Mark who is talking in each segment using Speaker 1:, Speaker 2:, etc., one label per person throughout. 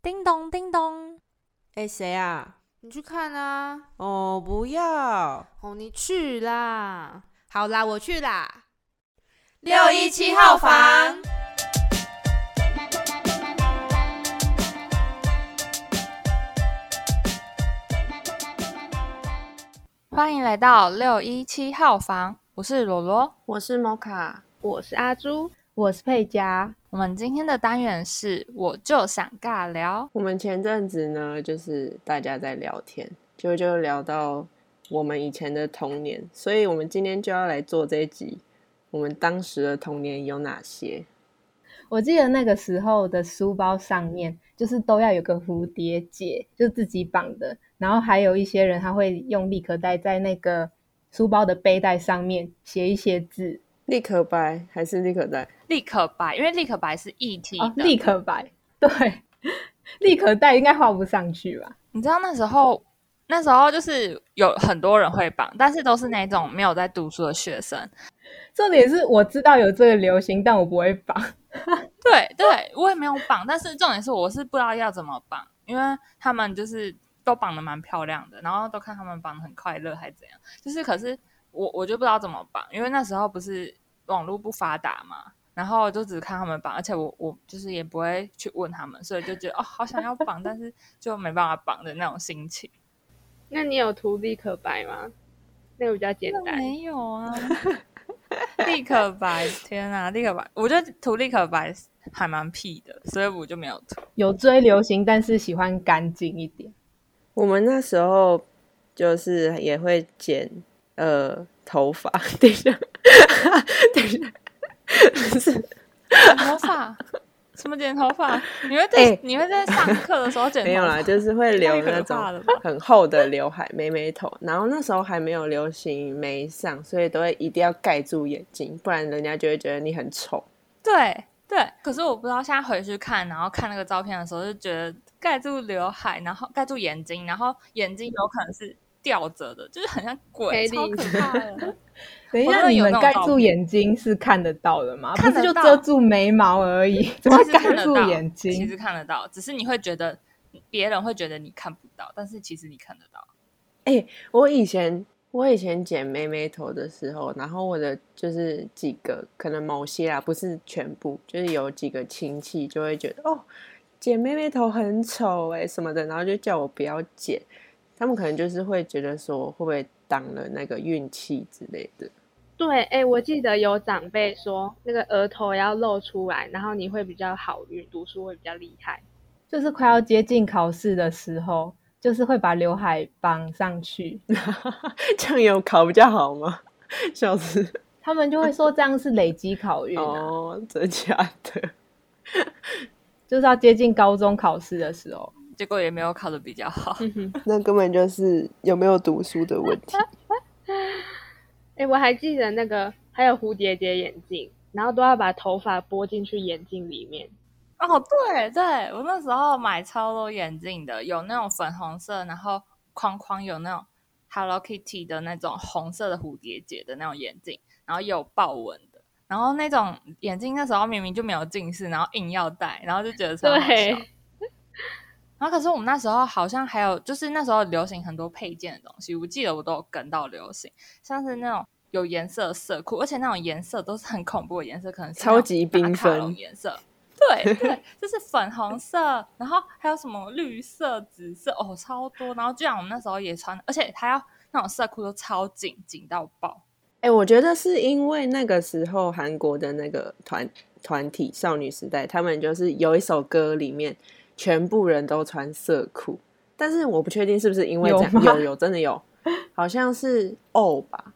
Speaker 1: 叮咚叮咚，
Speaker 2: 哎、谁啊？
Speaker 3: 你去看啊！
Speaker 2: 哦，不要。
Speaker 3: 哦，你去啦！好啦，我去啦。
Speaker 2: 617号房。
Speaker 1: 欢迎来到六一七号房，我是罗罗。
Speaker 4: 我是 Mocha，
Speaker 5: 我是阿朱，
Speaker 6: 我是佩佳，
Speaker 1: 我们今天的单元是我就想尬聊，
Speaker 4: 我们前阵子呢，就是大家在聊天，就就聊到我们以前的童年，所以我们今天就要来做这一集，我们当时的童年有哪些？
Speaker 6: 我记得那个时候的书包上面就是都要有个蝴蝶结，就自己绑的。然后还有一些人他会用立可带在那个书包的背带上面写一些字
Speaker 4: 立可白还是立可带？
Speaker 1: 立可白，因为立可白是一体
Speaker 6: 哦，
Speaker 1: 的。
Speaker 6: 立可白对，立可带应该画不上去吧？
Speaker 1: 你知道那时候，那时候就是有很多人会绑，但是都是那种没有在读书的学生。
Speaker 6: 重点是我知道有这个流行，但我不会绑。
Speaker 1: 对对，我也没有绑，但是重点是我是不知道要怎么绑，因为他们就是都绑的蛮漂亮的，然后都看他们绑的很快乐还怎样，就是可是我我就不知道怎么绑，因为那时候不是网络不发达嘛，然后就只看他们绑，而且我我就是也不会去问他们，所以就觉得哦好想要绑，但是就没办法绑的那种心情。
Speaker 5: 那你有涂立可白吗？那个比较简单。
Speaker 1: 没有啊，立可白，天啊，立可白，我觉得涂立可白还蛮屁的，所以我就没有涂。
Speaker 6: 有追流行，但是喜欢干净一点。
Speaker 4: 我们那时候就是也会剪呃头发， 等一下，等一下，不是
Speaker 1: 剪头发？什么剪头发？你会在、
Speaker 4: 哎
Speaker 1: 你会在上课的时候剪头发？
Speaker 4: 没有啦，就是会留那
Speaker 1: 太
Speaker 4: 种
Speaker 1: 可怕了吧
Speaker 4: 很厚的刘海、妹妹头。然后那时候还没有流行眉上，所以都会一定要盖住眼睛，不然人家就会觉得你很丑。
Speaker 1: 对对。可是我不知道现在回去看，然后看那个照片的时候，就觉得盖住刘海，然后盖住眼睛，然后眼睛有可能是吊着的，就是很像鬼，
Speaker 5: 黑
Speaker 1: 超
Speaker 5: 历
Speaker 1: 可怕的。
Speaker 6: 等一
Speaker 1: 我真
Speaker 6: 下，
Speaker 1: 的
Speaker 6: 你
Speaker 1: 有
Speaker 6: 们
Speaker 1: 那种
Speaker 6: 盖
Speaker 1: 照
Speaker 6: 住
Speaker 1: 片
Speaker 6: 眼睛是看得到的吗？
Speaker 1: 看
Speaker 6: 不是
Speaker 1: 得
Speaker 6: 就
Speaker 1: 到
Speaker 6: 遮住眉毛而已，怎么
Speaker 1: 其实看
Speaker 6: 啊盖
Speaker 1: 得
Speaker 6: 住
Speaker 1: 到
Speaker 6: 眼
Speaker 1: 其
Speaker 6: 睛？
Speaker 1: 实看得到，只是你会觉得别人会觉得你看不到，但是其实你看得到。
Speaker 4: 我以前我以前剪妹妹头的时候，然后我的就是几个可能某些啦，不是全部，就是有几个亲戚就会觉得哦，剪妹妹头很丑哎、什么的，然后就叫我不要剪。他们可能就是会觉得说会不会挡了那个运气之类的。
Speaker 5: 对，哎，我记得有长辈说，那个额头要露出来，然后你会比较好运，读书会比较厉害。
Speaker 6: 就是快要接近考试的时候，就是会把刘海绑上去，
Speaker 4: 酱油烤比较好吗？ 笑死！
Speaker 6: 他们就会说这样是累积考运啊，
Speaker 4: 哦，真假的？
Speaker 6: 就是要接近高中考试的时候。
Speaker 1: 结果也没有考的比较好。
Speaker 4: 那根本就是有没有读书的问题。
Speaker 5: 哎，我还记得那个还有蝴蝶结眼镜，然后都要把头发拨进去眼镜里面。
Speaker 1: 哦，对对，我那时候买超多眼镜的，有那种粉红色，然后框框有那种 Hello Kitty 的那种红色的蝴蝶结的那种眼镜，然后也有豹纹的，然后那种眼镜那时候明明就没有近视，然后硬要戴，然后就觉得超好笑。
Speaker 5: 对，
Speaker 1: 然后可是我们那时候好像还有，就是那时候流行很多配件的东西，我记得我都有跟到流行，像是那种有颜色的色裤，而且那种颜色都是很恐怖的颜色，可能是那种
Speaker 4: 超级缤纷
Speaker 1: 马卡龙颜色。对对， 就是粉红色，然后还有什么绿色、紫色，哦，超多。然后居然我们那时候也穿，而且还要那种色裤都超紧，紧到爆。
Speaker 4: 哎、我觉得是因为那个时候韩国的那个团团体少女时代，他们就是有一首歌里面全部人都穿色裤，但是我不确定是不是因为这
Speaker 6: 有
Speaker 4: 样，
Speaker 6: 吗
Speaker 4: 有有真的有，好像是 O 吧，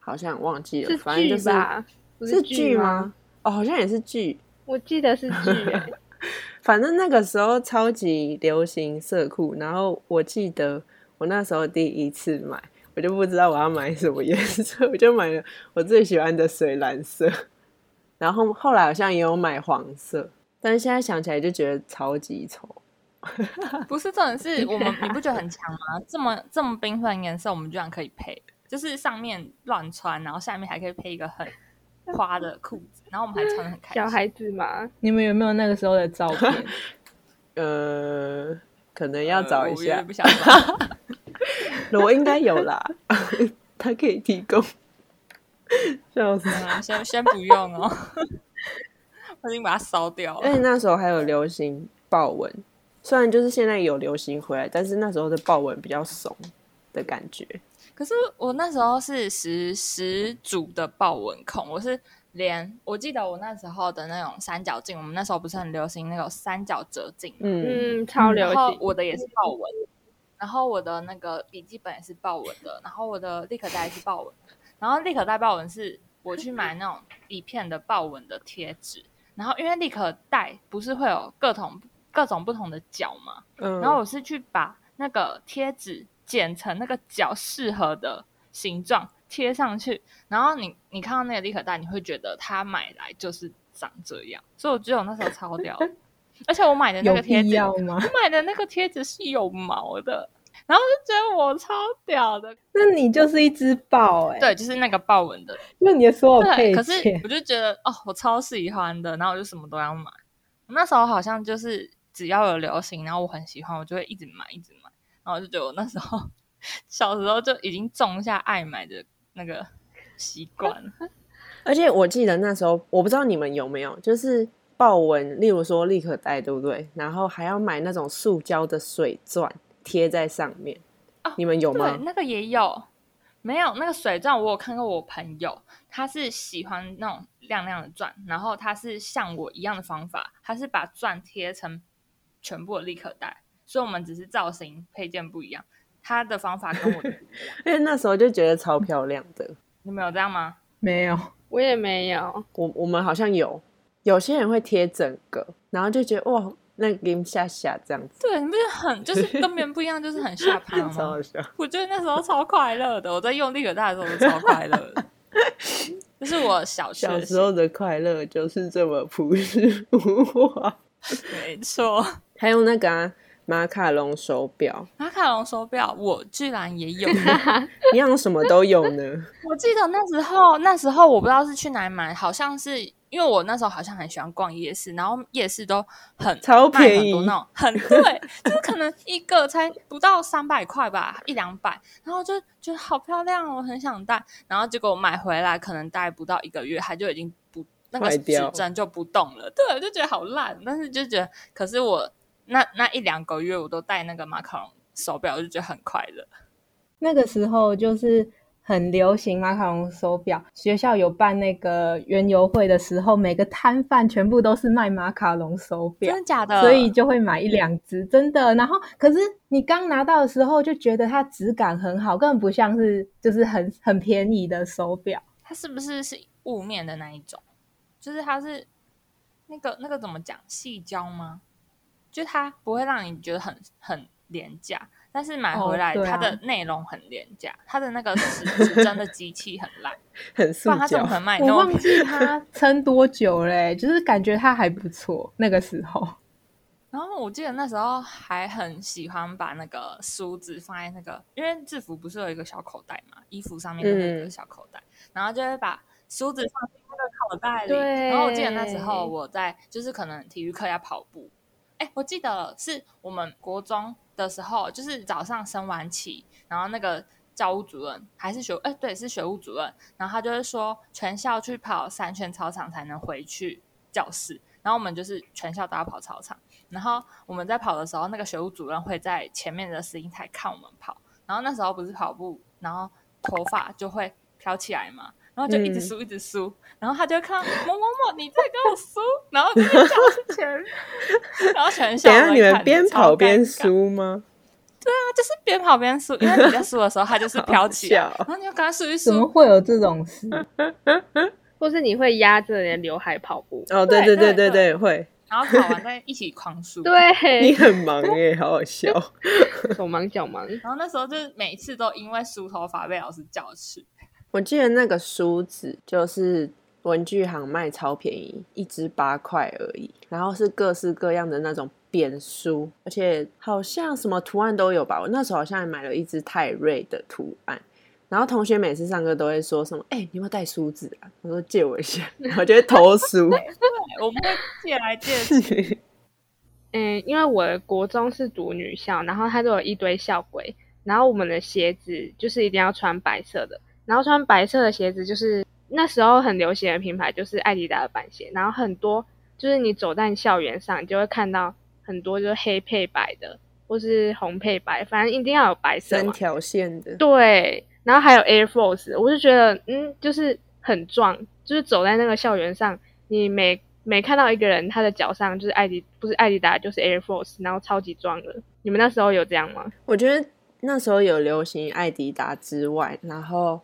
Speaker 4: 好像忘记了，
Speaker 5: 是
Speaker 4: 反正就
Speaker 5: 剧
Speaker 4: 是
Speaker 5: 吧？不
Speaker 4: 是
Speaker 5: 剧
Speaker 4: 剧？吗？哦，好像也是剧，
Speaker 5: 我记得是剧，哎，
Speaker 4: 反正那个时候超级流行色裤，然后我记得我那时候第一次买，我就不知道我要买什么颜色，我就买了 我最喜欢的水蓝色，然后后来好像也有买黄色，但是现在想起来就觉得超级丑。
Speaker 1: 不是重点是我们，你不觉得很强吗？这么这么缤纷的颜色，我们居然可以配，就是上面乱穿，然后下面还可以配一个很花的裤子，然后我们还穿的很开心。
Speaker 5: 小孩子嘛，
Speaker 6: 你们有没有那个时候的照片？
Speaker 4: 呃，可能要找一
Speaker 1: 呃我有
Speaker 4: 下
Speaker 1: 点， 不想找。
Speaker 4: 我应该有啦， 他可以提供。笑死！
Speaker 1: 嗯先先不用哦，我已经把它烧掉
Speaker 4: 而且
Speaker 1: 了。
Speaker 4: 哎那时候还有流行豹纹，虽然就是现在有流行回来，但是那时候的豹纹比较怂的感觉。
Speaker 1: 可是我那时候是十十足的豹纹控，我是连我记得我那时候的那种三角镜，我们那时候不是很流行那种三角折镜吗，
Speaker 4: 嗯，
Speaker 5: 嗯，超流
Speaker 1: 然后
Speaker 5: 行。
Speaker 1: 我的也是豹纹，然后我的那个笔记本也是豹纹的，然后我的立可带也是豹纹的，然后立可带豹纹是我去买那种一片的豹纹的贴纸，然后因为立可带不是会有各种各种不同的角嘛，
Speaker 4: 嗯
Speaker 1: 然后我是去把那个贴纸剪成那个角适合的形状贴上去，然后你你看到那个立可带，你会觉得它买来就是长这样，所以我觉得我那时候超屌 的，而且我买的那
Speaker 6: 有
Speaker 1: 个贴
Speaker 6: 必
Speaker 1: 纸，
Speaker 6: 要吗？
Speaker 1: 我买的那个贴纸是有毛的，然后就觉得我超屌的。
Speaker 6: 那你就是一只豹哎、
Speaker 1: 对，就是那个豹纹的，
Speaker 6: 用你的所有
Speaker 1: 对。
Speaker 6: 配
Speaker 1: 可是
Speaker 6: 件
Speaker 1: 我就觉得哦，我超喜欢的，然后我就什么都要买。我那时候好像就是只要有流行，然后我很喜欢，我就会一直买，一直买。然后我就觉得我那时候 小时候就已经种下爱买的那个习惯了。
Speaker 4: 而且我记得那时候，我不知道你们有没有，就是豹纹，例如说立可带，对不对？然后还要买那种塑胶的水钻贴在上面，
Speaker 1: 哦
Speaker 4: 你们有
Speaker 1: 对
Speaker 4: 吗，？
Speaker 1: 那个也有，没有那个水钻，我有看过我朋友，他是喜欢那种亮亮的钻，然后他是像我一样的方法，他是把钻贴成全部的立可带，所以我们只是造型配件不一样。他的方法跟我的不一样，
Speaker 4: 因为那时候就觉得超漂亮的。
Speaker 1: 你们有这样吗？
Speaker 6: 没有，
Speaker 5: 我也没有，
Speaker 4: 我我们好像有，有些人会贴整个，然后就觉得哇，那给你下下这样子，
Speaker 1: 对，你不是很就是跟别人不一样，就是很下盘吗
Speaker 4: 超好？笑。
Speaker 1: 我觉得那时候超快乐的，我在用立可带的时候我超快乐 的，这是我小学
Speaker 4: 小
Speaker 1: 的
Speaker 4: 时候的快乐就是这么朴实无华。
Speaker 1: 事没错。
Speaker 4: 还有那个、啊、马卡龙手表，
Speaker 1: 马卡龙手表我居然也有，
Speaker 4: 你想什么都有呢。
Speaker 1: 我记得那时候，那时候我不知道是去哪里买，好像是因为我那时候好像很喜欢逛夜市，然后夜市都很
Speaker 4: 超
Speaker 1: 卖很
Speaker 4: 便
Speaker 1: 多
Speaker 4: 宜
Speaker 1: 那种很对，就是可能一个才不到三百块吧，一两百，然后就觉得好漂亮哦，我很想戴，然后结果我买回来可能戴不到一个月，它就已经不那个
Speaker 4: 坏
Speaker 1: 指
Speaker 4: 掉
Speaker 1: 针就不动了，对，我就觉得好烂，但是就觉得，可是我那那一两个月我都戴那个马卡龙手表，我就觉得很快乐。
Speaker 6: 那个时候就是很流行马卡龙手表，学校有办那个园游会的时候，每个摊贩全部都是卖马卡龙手表
Speaker 1: 真。的假的？
Speaker 6: 所以就会买一两只，真的。然后，可是你刚拿到的时候就觉得它质感很好，根本不像是就是很很便宜的手表。
Speaker 1: 它是不是是雾面的那一种？就是它是那个那个怎么讲细胶吗？就它不会让你觉得很很廉价，但是买回来、
Speaker 6: 哦对啊
Speaker 1: 它的内容很廉价，它的那个指指针的机器很 烂，
Speaker 4: 很
Speaker 1: 不
Speaker 4: 塑
Speaker 1: 然它怎么
Speaker 4: 胶
Speaker 1: 可，能卖你哎
Speaker 6: 我
Speaker 1: 那么
Speaker 6: 忘
Speaker 1: 便宜？
Speaker 6: 记它撑多久嘞、就是感觉它还不错。那个时候，
Speaker 1: 然后我记得那时候还很喜欢把那个梳子放在那个，因为制服不是有一个小口袋嘛，衣服上面都会有一个
Speaker 4: 嗯
Speaker 1: 小口袋，然后就会把梳子放进那个口袋里。
Speaker 5: 对
Speaker 1: 然后我记得那时候我在就是可能体育课要跑步，哎，我记得是我们国中的时候，就是早上升完旗，然后那个教务主任还是学哎对是学务主任，然后他就会说全校去跑三圈操场才能回去教室，然后我们就是全校都要跑操场，然后我们在跑的时候，那个学务主任会在前面的石英台看我们跑，然后那时候不是跑步，然后头发就会飘起来嘛。然后就一直
Speaker 4: 嗯
Speaker 1: 梳，一直梳，然后他就会看到某某某，你在给我梳，然后就会叫去前面，然后全校
Speaker 4: 等
Speaker 1: 都会
Speaker 4: 一下你们
Speaker 1: 看
Speaker 4: 边
Speaker 1: 超
Speaker 4: 跑边
Speaker 1: 尴尬
Speaker 4: 梳吗？
Speaker 1: 他就是边跑边梳，因为你在梳的时候，它就是飘起来，
Speaker 4: 好笑啊
Speaker 1: 然后你就跟它梳一梳
Speaker 6: 怎，么会有这种事？
Speaker 5: 或是你会压着你的刘海跑 步。
Speaker 4: 哦，对
Speaker 1: 对
Speaker 4: 对
Speaker 1: 对
Speaker 4: 对对，会。
Speaker 1: 然后跑完再一起狂 梳。。
Speaker 4: 你
Speaker 5: 对，
Speaker 4: 很忙 耶，好好笑。
Speaker 5: 手忙脚忙。
Speaker 1: 然后那时候就是每次都因为梳头发被老师叫去，
Speaker 4: 我记得那个梳子就是文具行卖超便宜，一支八块而已，然后是各式各样的那种扁梳，而且好像什么图案都有吧。我那时候好像还买了一支泰瑞的图案。然后同学每次上课都会说什么：“哎、你有没有带梳子啊？”我说：“ 借我一下。”然后就会偷梳。
Speaker 1: 我们会借来借去。
Speaker 5: 嗯，因为我的国中是读女校，然后它都有一堆校规，然后我们的鞋子就是一定要穿白色的，然后穿白色的鞋子就是那时候很流行的品牌就是艾迪达的板鞋，然后很多就是你走在校园上，你就会看到很多就是黑配白的，或是红配白，反正一定要有白色
Speaker 4: 三
Speaker 5: 嘛。
Speaker 4: 条线的，
Speaker 5: 对，然后还有 Air Force，我就觉得嗯，就是很壮，就是走在那个校园上，你每每看到一个人，他的脚上就是艾迪，不是艾迪达就是 Air Force，然后超级壮的。你们那时候有这样吗？
Speaker 4: 我觉得那时候有流行艾迪达之外，然后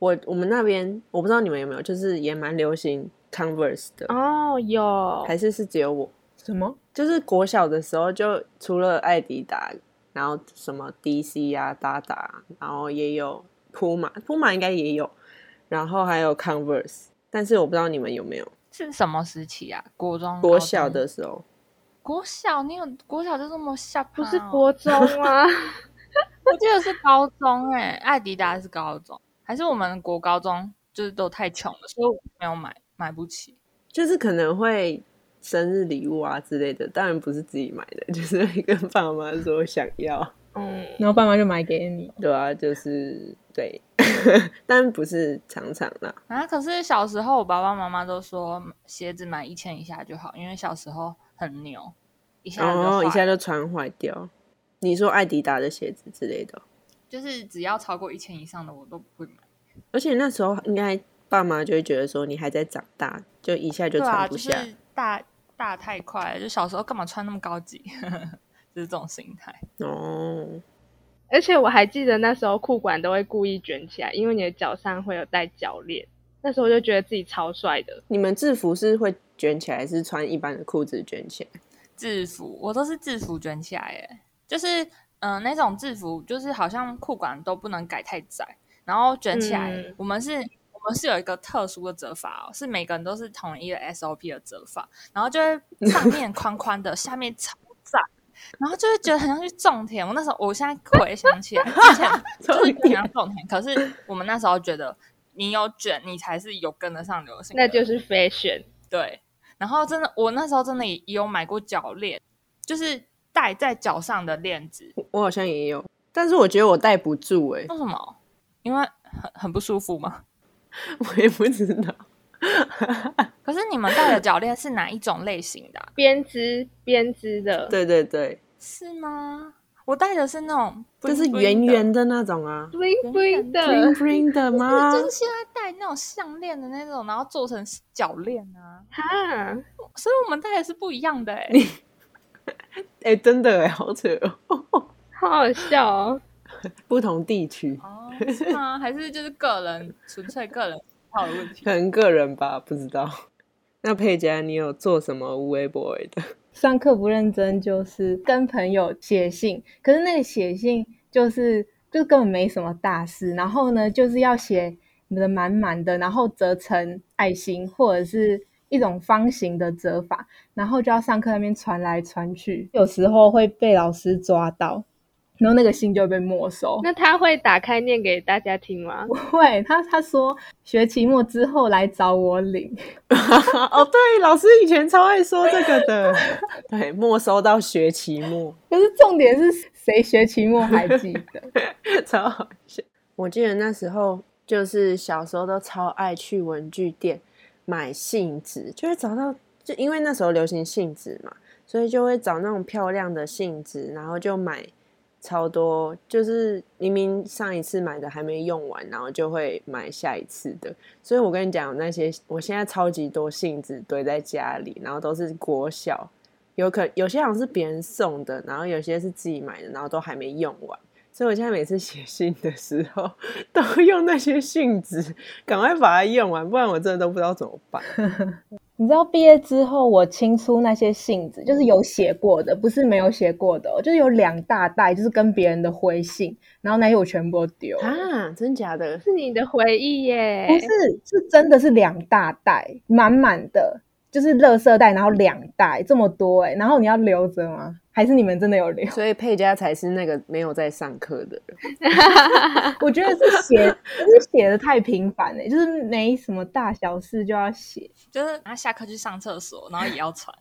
Speaker 4: 我我们那边我不知道你们有没有，就是也蛮流行 Converse 的，
Speaker 5: 哦，有，
Speaker 4: 还是是只有我？
Speaker 6: 什么？
Speaker 4: 就是国小的时候，就除了艾迪达，然后什么 DC 啊、达达，然后也有普马，普马应该也有，然后还有 Converse，但是我不知道你们有没有。
Speaker 1: 是什么时期啊？国中、
Speaker 4: 国
Speaker 1: 高
Speaker 4: 小
Speaker 1: 中
Speaker 4: 的时候，
Speaker 1: 国小，你有国小就这么下、
Speaker 5: 不是，国中 吗？
Speaker 1: 我记得是高中哎、艾迪达是高中，还是我们国高中就是都太穷了，所以我没有买，买不起。
Speaker 4: 就是可能会生日礼物啊之类的，当然不是自己买的，就是会跟爸妈说想要，
Speaker 5: 嗯，
Speaker 6: 然后爸妈就买给你，
Speaker 4: 对啊，就是对， 但不是常常啦。
Speaker 1: 啊，可是小时候我爸爸妈妈都说鞋子买一千以下就好，因为小时候很牛，一下就
Speaker 4: 然后
Speaker 1: 坏
Speaker 4: 哦一下就穿坏掉。你说艾迪达的鞋子之类的哦，
Speaker 1: 就是只要超过一千以上的我都不会买。
Speaker 4: 而且那时候应该爸妈就会觉得说你还在长大，就一下就
Speaker 1: 对啊，
Speaker 4: 穿
Speaker 1: 就
Speaker 4: 不下。
Speaker 1: 是大大太快了，就小时候干嘛穿那么高级， 就是这种心态。
Speaker 4: 哦，
Speaker 5: 而且我还记得那时候裤管都会故意卷起来，因为你的脚上会有带脚链。那时候我就觉得自己超帅的，
Speaker 4: 你们制服是会卷起来，还是穿一般的裤子卷起来？
Speaker 1: 制服，我都是制服卷起来耶，就是嗯、呃那种制服，就是好像裤管都不能改太窄，然后卷起来，
Speaker 5: 嗯
Speaker 1: 我们是。我们是有一个特殊的折法哦，是每个人都是统一的 SOP 的折法，然后就会 上面宽宽的，下面超窄，然后就会觉得很像去种田。我那时候，我现在回想起来，之 前就是很像种田，可是我们那时候觉得你有卷，你才是有跟得上流行的
Speaker 5: 那
Speaker 1: 人，
Speaker 5: 就是 fashion。
Speaker 1: 对，然后真的，我那时候真的也也有买过脚链，就是戴在脚上的链子。
Speaker 4: 我好像也有，但是我觉得我戴不住哎、
Speaker 1: 为什么？因为很很不舒服嘛。
Speaker 4: 我也不知道。
Speaker 1: 可是你们戴的脚链是哪一种类型 的啊、
Speaker 5: 编织编织的，
Speaker 4: 对对对，
Speaker 1: 是吗？我戴的是那种，
Speaker 4: 就是圆，圆的那种啊
Speaker 5: ，bling bling
Speaker 4: ，bling
Speaker 5: 的，
Speaker 4: bling 的吗？
Speaker 1: 就是现在戴那种项链的那种，然后做成脚链啊。
Speaker 5: 哈，
Speaker 1: 所以我们戴的是不一样的哎、
Speaker 4: 哎、真的哎、好扯哦。
Speaker 5: 好好笑哦。
Speaker 4: 不同地区，
Speaker 1: 哦，是吗？还是就是个人纯粹个人喜好的问题
Speaker 4: 可？能个人吧，不知道。 那佩佳，你有做什么无微博的？
Speaker 6: 上课不认真就是跟朋友写信，可是那个写信就是就根本没什么大事，然后呢就是要写的满满的，然后折成爱心或者是一种方形的折法，然后就要上课那边传来传去，有时候会被老师抓到，然后那个信就会被没收。
Speaker 5: 那他会打开念给大家听吗？
Speaker 6: 会，他他说学期末之后来找我领，
Speaker 4: 哦，对，老师以前超爱说这个的， 对，没收到学期末，
Speaker 6: 可是重点是谁学期末还记得？
Speaker 4: 超好笑。我记得那时候就是小时候都超爱去文具店买信纸，就会找到，就因为那时候流行信纸嘛，所以就会找那种漂亮的信纸，然后就买超多，就是明明上一次买的还没用完，然后就会买下一次的。所以我跟你讲，那些我现在超级多信纸堆在家里，然后都是国小，有可有些好像是别人送的，然后有些是自己买的，然后都还没用完。所以我现在每次写信的时候，都用那些信纸，赶快把它用完，不然我真的都不知道怎么办。
Speaker 6: 你知道毕业之后，我清出那些信纸，就是有写过的，不是没有写过的哦、就是有两大袋，就是跟别人的回信，然后那些我全部都丢了。
Speaker 4: 啊，真假的？
Speaker 5: 是你的回忆耶，
Speaker 6: 不是，是真的是两大袋，满满的，就是垃圾袋，然后两袋这么多哎、然后你要留着吗？还是你们真的有留？
Speaker 4: 所以佩佳才是那个没有在上课的人。
Speaker 6: 我觉得是写，就是写的太频繁了、就是没什么大小事就要写。
Speaker 1: 啊就是他下课去上厕所，然后也要传。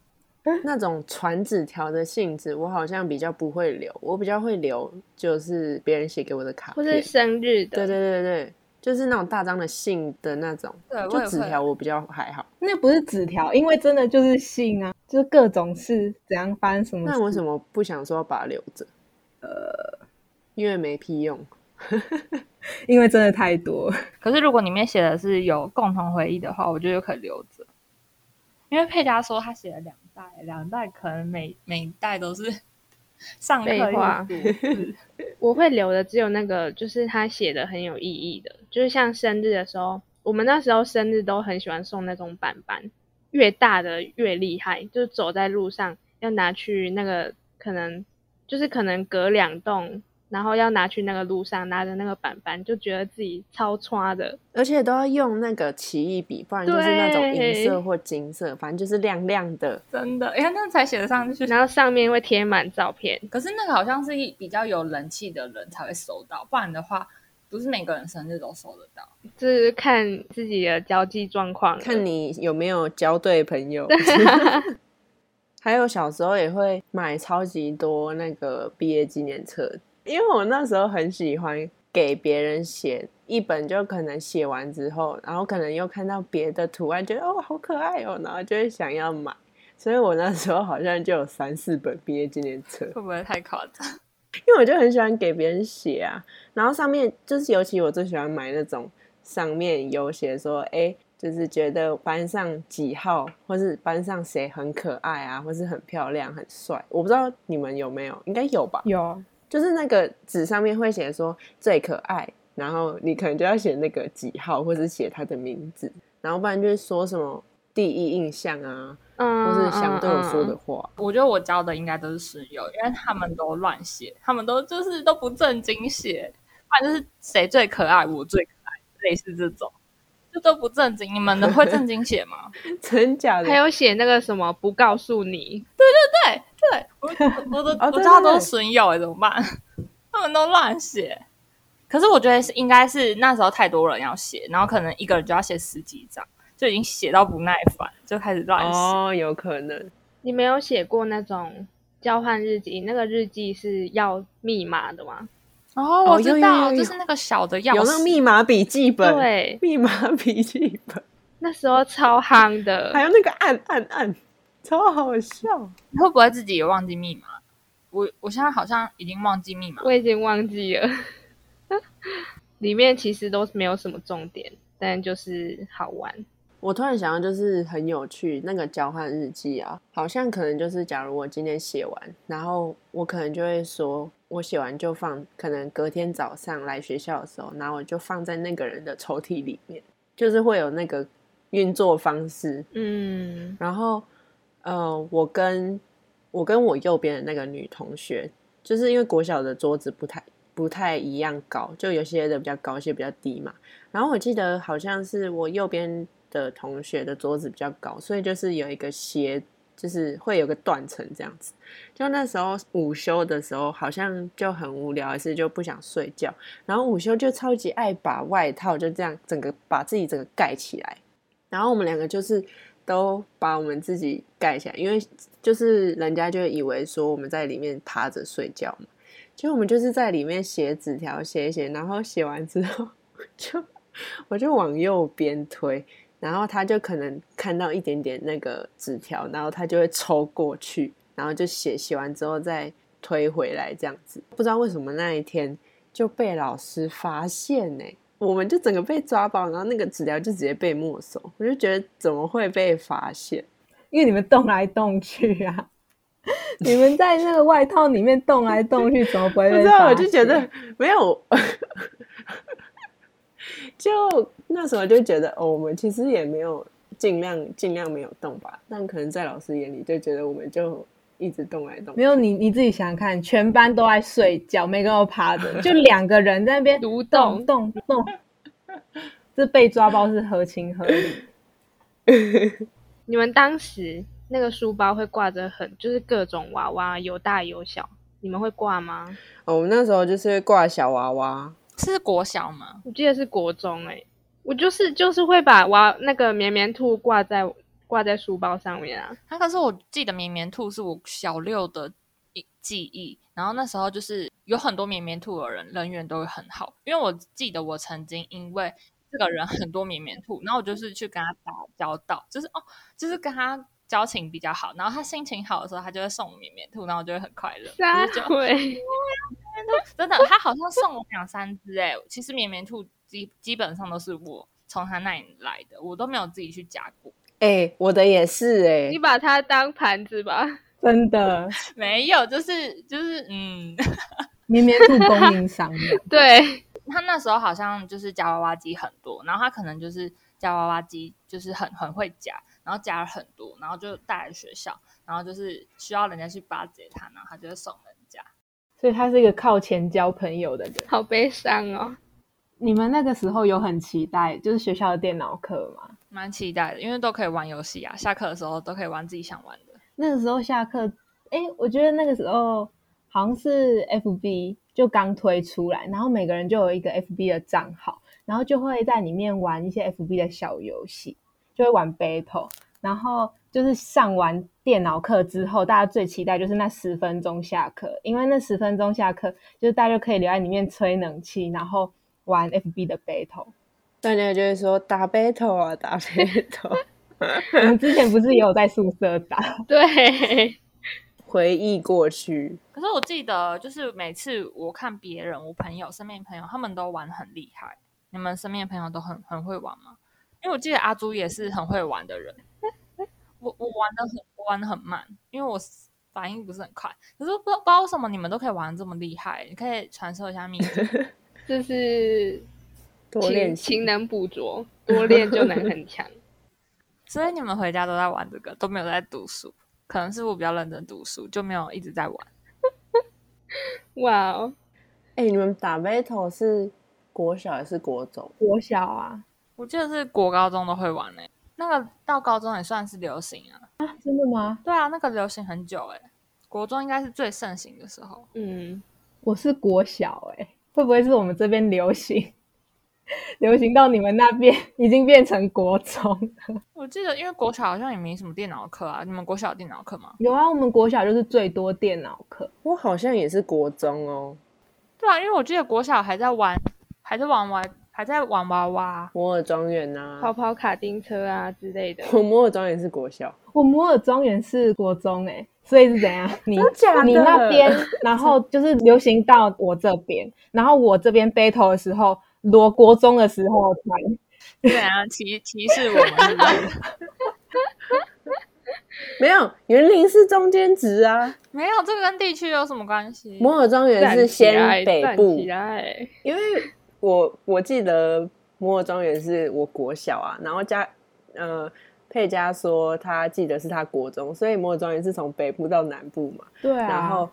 Speaker 4: 那种传纸条的性质，我好像比较不会留，我比较会留就是别人写给我的卡
Speaker 5: 或是
Speaker 4: 片，
Speaker 5: 生日
Speaker 4: 对对
Speaker 5: 的，
Speaker 4: 对对，就是那种大张的信的那种，
Speaker 1: 对我
Speaker 4: 就
Speaker 1: 也
Speaker 4: 纸
Speaker 1: 会
Speaker 4: 条我比较还好。
Speaker 6: 那不是纸条，因为真的就是信啊，就是各种事怎样发生什
Speaker 1: 嗯
Speaker 6: 么事。
Speaker 4: 那为什么不想说把它留着？呃，因为没屁用。
Speaker 6: 因为真的太多了，
Speaker 1: 可是如果里面写的是有共同回忆的话，我觉得可以留着，因为佩佳说她写了两代，两代可能每每一代都是上课
Speaker 5: 废
Speaker 1: 用
Speaker 5: 话
Speaker 1: 读 字
Speaker 5: 我会留的只有那个，就是他写的很有意义的，就是像生日的时候，我们那时候生日都很喜欢送那种板板，越大的越厉害，就是走在路上要拿去那个可能就是可能隔两栋，然后要拿去那个路上拿着那个板板，就觉得自己超差的，
Speaker 4: 而且都要用那个奇异笔，不然就是那种银
Speaker 5: 对
Speaker 4: 色或金色，反正就是亮亮的。
Speaker 1: 真的，因为那才写得上去。
Speaker 5: 然后上面会贴满照片，
Speaker 1: 可是那个好像是一比较有人气的人才会收到，不然的话，不是每个人生日都收得到。
Speaker 5: 就是看自己的交际状况了，
Speaker 4: 看你有没有交对朋友。 还有小时候也会买超级多那个毕业纪念册，因为我那时候很喜欢给别人写一本，就可能写完之后，然后可能又看到别的图案，觉得哦好可爱哦，然后就会想要买。所以我那时候好像就有三四本毕业纪念册，
Speaker 1: 会不会太夸张？
Speaker 4: 因为我就很喜欢给别人写啊，然后上面就是尤其我最喜欢买那种上面有写说，哎，就是觉得班上几号，或是班上谁很可爱啊，或是很漂亮、很帅。我不知道你们有没有，应该有吧？
Speaker 6: 有
Speaker 4: 就是那个纸上面会写说最可爱，然后你可能就要写那个几号，或是写他的名字，然后不然就是说什么第一印象啊，
Speaker 5: 嗯，
Speaker 4: 或是想对我说
Speaker 5: 嗯，嗯
Speaker 4: 的
Speaker 5: 嗯
Speaker 4: 话。
Speaker 1: 我觉得我教的应该都是室友，因为他们都乱写，他们都就是都不正经写，不然就是谁最可爱，我最可爱，类似这种，这都不正经。你们能会正经写 吗？
Speaker 4: 真假的？
Speaker 5: 还有写那个什么不告诉你，
Speaker 1: 对对，我我都、
Speaker 4: 哦对
Speaker 1: 我知道
Speaker 4: 对
Speaker 1: 都
Speaker 4: 对
Speaker 1: 是损友、欸，怎么办？他们都乱写。可是我觉得是应该是那时候太多人要写，然后可能一个人就要写十几张，就已经写到不耐烦，就开始乱写。
Speaker 4: 哦，有可能。
Speaker 5: 你没有写过那种交换日记？那个日记是要密码的吗？
Speaker 1: 哦，
Speaker 4: 哦
Speaker 1: 我
Speaker 4: 有
Speaker 1: 知
Speaker 4: 有
Speaker 1: 道，
Speaker 4: 有有
Speaker 1: 就是那个小的钥匙，
Speaker 4: 有那个密码笔记本，，
Speaker 5: 对，
Speaker 4: 密码笔记本，
Speaker 5: 那时候超夯
Speaker 4: 还
Speaker 5: 的。
Speaker 4: 有那个按按按，超好笑。
Speaker 1: 你会不会自己也忘记密码？我我现在好像已经忘记密码了，
Speaker 5: 我已经忘记了， 里面其实都没有什么重点，但就是好玩。
Speaker 4: 我突然想到，就是很有趣那个交换日记啊，好像可能就是，假如我今天写完，然后我可能就会说，我写完就放，可能隔天早上来学校的时候，然后我就放在那个人的抽屉里面，就是会有那个运作方式，
Speaker 5: 嗯，
Speaker 4: 然后，呃，我跟我跟我右边的那个女同学，就是因为国小的桌子不太不太一样高，就有些的比较高，有些比较低嘛。然后我记得好像是我右边的同学的桌子比较高，所以就是有一个斜，就是会有个断层这样子。就那时候午休的时候，好像就很无聊，还是就不想睡觉。然后午休就超级爱把外套就这样整个把自己整个盖起来，然后我们两个就是都把我们自己盖起来，因为就是人家就以为说我们在里面趴着睡觉嘛，结果我们就是在里面写纸条写一写，然后写完之后就我就往右边推。然后他就可能看到一点点那个纸条，然后他就会抽过去，然后就写写完之后再推回来这样子。不知道为什么那一天就被老师发现呢、我们就整个被抓包，然后那个纸条就直接被没收。我就觉得怎么会被发现？
Speaker 6: 因为你们动来动去啊，你们在那个外套里面动来动去，怎么不会
Speaker 4: 不
Speaker 6: 被
Speaker 4: 知道，我
Speaker 6: 发
Speaker 4: 就觉得
Speaker 6: 现
Speaker 4: 没有。 就那时候就觉得哦，我们其实也没有尽量尽量没有动吧，但可能在老师眼里就觉得我们就一直动来动去
Speaker 6: 没。有你你自己想想看，全班都在睡觉，每个人都趴着，就两个人在那边
Speaker 5: 独
Speaker 6: 动
Speaker 5: 栋
Speaker 6: 动 动，这被抓包是合情合理。
Speaker 5: 你们当时那个书包会挂着很就是各种娃娃，有大有小，你们会挂吗？
Speaker 4: 哦我们那时候就是挂小娃娃，
Speaker 1: 是国小吗？
Speaker 5: 欸我记得是国中哎、我就是就是会把娃那个绵绵兔挂在挂在书包上面啊。
Speaker 1: 他可是我记得绵绵兔是我小六的一记忆，然后那时候就是有很多绵绵兔的人人缘都很好，因为我记得我曾经因为这个人很多绵绵兔，然后我就是去跟他打交道，就是哦，就是跟他交情比较好，然后他心情好的时候，他就会送我绵绵兔，然后我就会很快乐。
Speaker 5: 撒
Speaker 1: 我就觉得
Speaker 5: 鬼！
Speaker 1: 真的，他好像送我两三只哎、其实绵绵兔基基本上都是我从他那里来的，我都没有自己去夹过。
Speaker 4: 哎、我的也是哎、
Speaker 5: 你把它当盘子吧。
Speaker 6: 真的，
Speaker 1: 没有，就是就是嗯，
Speaker 6: 绵绵兔供应商的，
Speaker 5: 对，
Speaker 1: 他那时候好像就是夹娃娃机很多，然后他可能就是夹娃娃机就是很很会夹，然后夹了很多，然后就带来学校，然后就是需要人家去巴结他，然后他就会送人家。
Speaker 6: 所以他是一个靠钱交朋友的人。
Speaker 5: 好悲伤哦。
Speaker 6: 你们那个时候有很期待就是学校的电脑课吗？
Speaker 1: 蛮期待的，因为都可以玩游戏啊，下课的时候都可以玩自己想玩的。
Speaker 6: 那个时候下课，哎，我觉得那个时候好像是 FB 就刚推出来，然后每个人就有一个 FB 的账号，然后就会在里面玩一些 FB 的小游戏，就会玩 battle，然后就是上完电脑课之后，大家最期待就是那十分钟下课，因为那十分钟下课就是大家就可以留在里面吹冷气，然后玩 FB 的 battle。
Speaker 4: 大家就会说打 battle 啊，打 battle，
Speaker 6: 我们之前不是也有在宿舍打？
Speaker 5: 对，
Speaker 4: 回忆过去。
Speaker 1: 可是我记得，就是每次我看别人，我朋友身边朋友他们都玩很厉害。你们身边的朋友都很很会玩吗？因为我记得阿朱也是很会玩的人。我我玩的很我玩的很慢，因为我反应不是很快。可是不知道不知道为什么你们都可以玩得这么厉害，你可以传授一下秘诀。
Speaker 5: 这是
Speaker 4: 多
Speaker 5: 勤
Speaker 4: 练习
Speaker 5: 勤能补拙，多练就能很强。
Speaker 1: 所以你们回家都在玩这个，都没有在读书。可能是我比较认真读书，就没有一直在玩。
Speaker 5: 哇哦，
Speaker 4: 哎、你们打 battle 是国小还是国中？
Speaker 6: 国小啊，
Speaker 1: 我记得是国高中都会玩诶、那个到高中也算是流行啊。
Speaker 6: 真的吗？
Speaker 1: 对啊，那个流行很久哎、国中应该是最盛行的时候。
Speaker 5: 嗯，
Speaker 6: 我是国小哎、会不会是我们这边流行， 流行到你们那边已经变成国中？
Speaker 1: 我记得，因为国小好像也没什么电脑课啊，你们国小有电脑课吗？
Speaker 6: 有啊，我们国小就是最多电脑课，
Speaker 4: 我好像也是国中哦，
Speaker 1: 对啊，因为我记得国小还在玩，还在玩玩，还在玩娃娃。
Speaker 4: 摩尔庄园呐、
Speaker 5: 跑跑卡丁车啊之类的。
Speaker 4: 我摩尔庄园是国小，
Speaker 6: 我摩尔庄园是国中哎、所以是怎 样？你
Speaker 4: 假的
Speaker 6: 你那 边，然后就是流行到我这边，然后我这边 battle 的时候，罗国中的时候才
Speaker 1: 对啊，歧歧视我们是 不是
Speaker 4: 没有园林是中间值啊。
Speaker 1: 没有，这个跟地区有什么关系？
Speaker 4: 摩尔庄园
Speaker 5: 站
Speaker 4: 是
Speaker 5: 起来
Speaker 4: 先北
Speaker 5: 站
Speaker 4: 部
Speaker 5: 起，来，
Speaker 4: 因为我我记得摩尔庄园是我国小啊，然后加呃佩佳说他记得是他国中，所以摩尔庄园是从北部到南部嘛，
Speaker 6: 对啊，
Speaker 4: 然后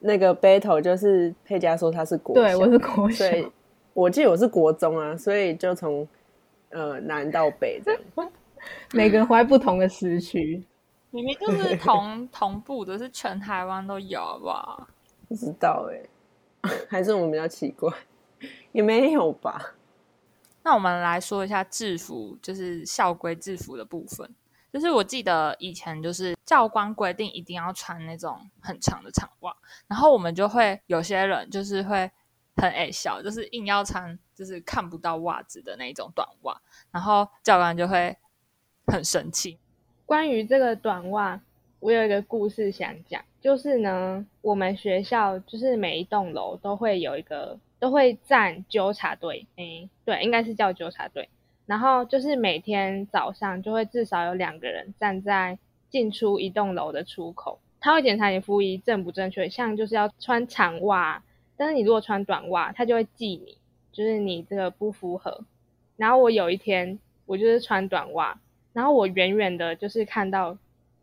Speaker 4: 那个 battle 就是佩佳说他是国小，
Speaker 6: 对我 是国小
Speaker 4: 所，以我记得我是国中啊，所以就从呃南到北这样。
Speaker 6: 每个人活在不同的时区。
Speaker 1: 明明就是同 同步的，是全台湾都有，好不好？
Speaker 4: 不知道哎、 还是我们比较奇怪，也没有吧？
Speaker 1: 那我们来说一下制服，就是校规制服的部分。就是我记得以前就是教官规定一定要穿那种很长的长袜，然后我们就会有些人就是会很矮小，就是硬要穿就是看不到袜子的那种短袜，然后教官就会很生气。
Speaker 5: 关于这个短袜，我有一个故事想讲，就是呢，我们学校就是每一栋楼都会有一个，都会站纠察队，诶，对，应该是叫纠察队。然后就是每天早上就会至少有两个人站在进出一栋楼的出口，他会检查你服仪正不正确，像就是要穿长袜，但是你如果穿短袜，他就会记你，就是你这个不符合。然后我有一天我就是穿短袜，然后我远远的就是看到，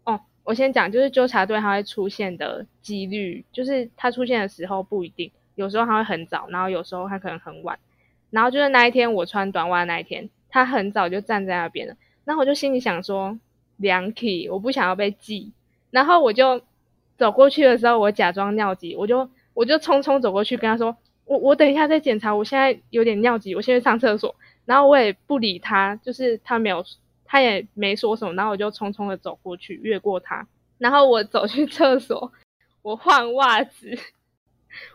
Speaker 5: 哦，我先讲，就是纠察队它会出现的几率，就是它出现的时候不一定，有时候它会很早，然后有时候它可能很晚，然后就是那一天我穿短袜那一天，他很早就站在那边了，然后我就心里想说，凉体，我不想要被记，然后我就走过去的时候，我假装尿急，我就我就匆匆走过去跟他说，我我等一下再检查，我现在有点尿急，我先去上厕所，然后我也不理他，就是他没有。他也没说什么，然后我就匆匆的走过去，越过他，然后我走去厕所，我换袜子，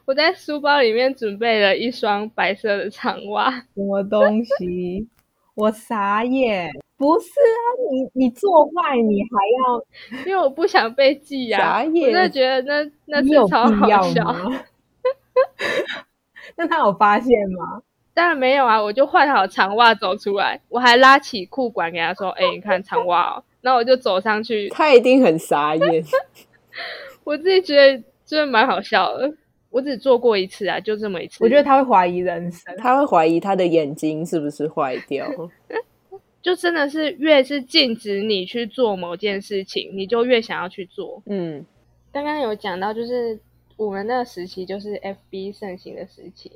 Speaker 5: 我在书包里面准备了一双白色的长袜，
Speaker 6: 什么东西？ 我傻眼。不是啊，你你做坏，你还
Speaker 5: 因为我不想被记呀、我
Speaker 4: 傻眼
Speaker 5: 真的觉得那那
Speaker 6: 要，你
Speaker 5: 次
Speaker 6: 有必
Speaker 5: 超好
Speaker 6: 要
Speaker 5: 笑。
Speaker 6: 吗？ 那他有发现吗？
Speaker 5: 当然没有啊，我就换好长袜走出来，我还拉起裤管给他说：“哎、你看长袜哦。”然后我就走上去，
Speaker 4: 他一定很傻眼。
Speaker 5: 我自己觉得真的蛮好笑的。我只做过一次啊，就这么一次。
Speaker 6: 我觉得他会怀疑人生。
Speaker 4: 他会怀疑他的眼睛是不是坏 掉。
Speaker 5: 就真的是越是禁止你去做某件事情，你就越想要去做。
Speaker 4: 嗯，
Speaker 5: 刚刚有讲到，就是我们那个时期就是 FB 盛行的时期。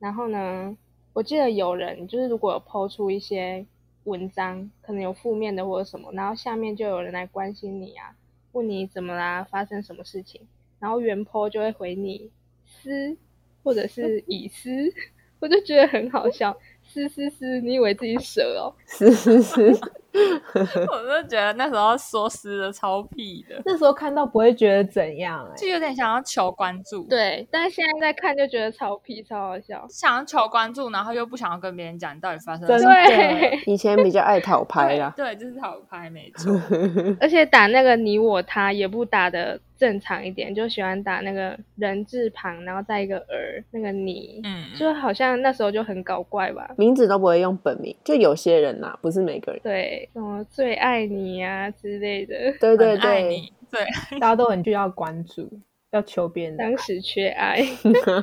Speaker 5: 然后呢，我记得有人就是如果有抛出一些文章，可能有负面的或者什么，然后下面就有人来关心你啊，问你怎么啦，发生什么事情，然后原抛就会回你私或者是以私， 我就觉得很好笑。私私私，你以为自己蛇哦？
Speaker 4: 是是是，
Speaker 1: 我就觉得那时候说诗的超屁的，
Speaker 6: 那时候看到不会觉得怎样、欸，
Speaker 1: 就有点想要求关注，，
Speaker 5: 对，但是现在在看就觉得超屁，超好笑。
Speaker 1: 想要求关注，然后又不想要跟别人讲你到底发生
Speaker 6: 真
Speaker 1: 什
Speaker 6: 的
Speaker 1: 么。
Speaker 5: 对，
Speaker 4: 以前比较爱讨拍啦。
Speaker 1: 对，就是讨拍没错。嗯
Speaker 5: 而且打那个你我他也不打的正常一点，就喜欢打那个人字旁，然后再一个儿，那个你，
Speaker 1: 嗯，
Speaker 5: 就好像那时候就很搞怪吧。
Speaker 4: 名字都不会用本名，就有些人呐、不是每个人。
Speaker 5: 对，什么最爱你啊之类的，
Speaker 4: 对对
Speaker 1: 很爱
Speaker 4: 对，
Speaker 1: 你，对，
Speaker 6: 大家都很需要关注，要求别人的
Speaker 5: 当时缺爱。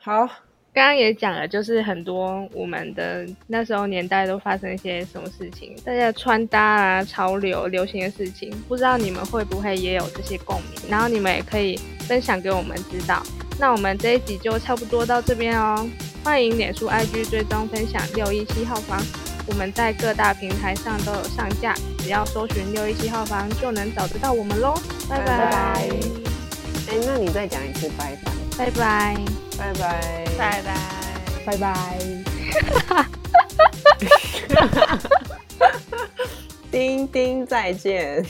Speaker 4: 好，哎
Speaker 5: 刚刚也讲了，就是很多我们的那时候年代都发生一些什么事情，大家的穿搭啊、潮流、流行的事情，不知道你们会不会也有这些共鸣？然后你们也可以分享给我们知道。那我们这一集就差不多到这边哦，欢迎脸书、IG 追踪分享六一七号房，我们在各大平台上都有上架，只要搜寻六一七号房就能找得到我们喽。
Speaker 4: 拜
Speaker 5: 拜
Speaker 4: 拜哎，那你再讲一次拜拜，
Speaker 5: 拜拜。
Speaker 4: 拜拜，
Speaker 1: 拜拜。
Speaker 6: 拜拜。
Speaker 4: 丁丁再见。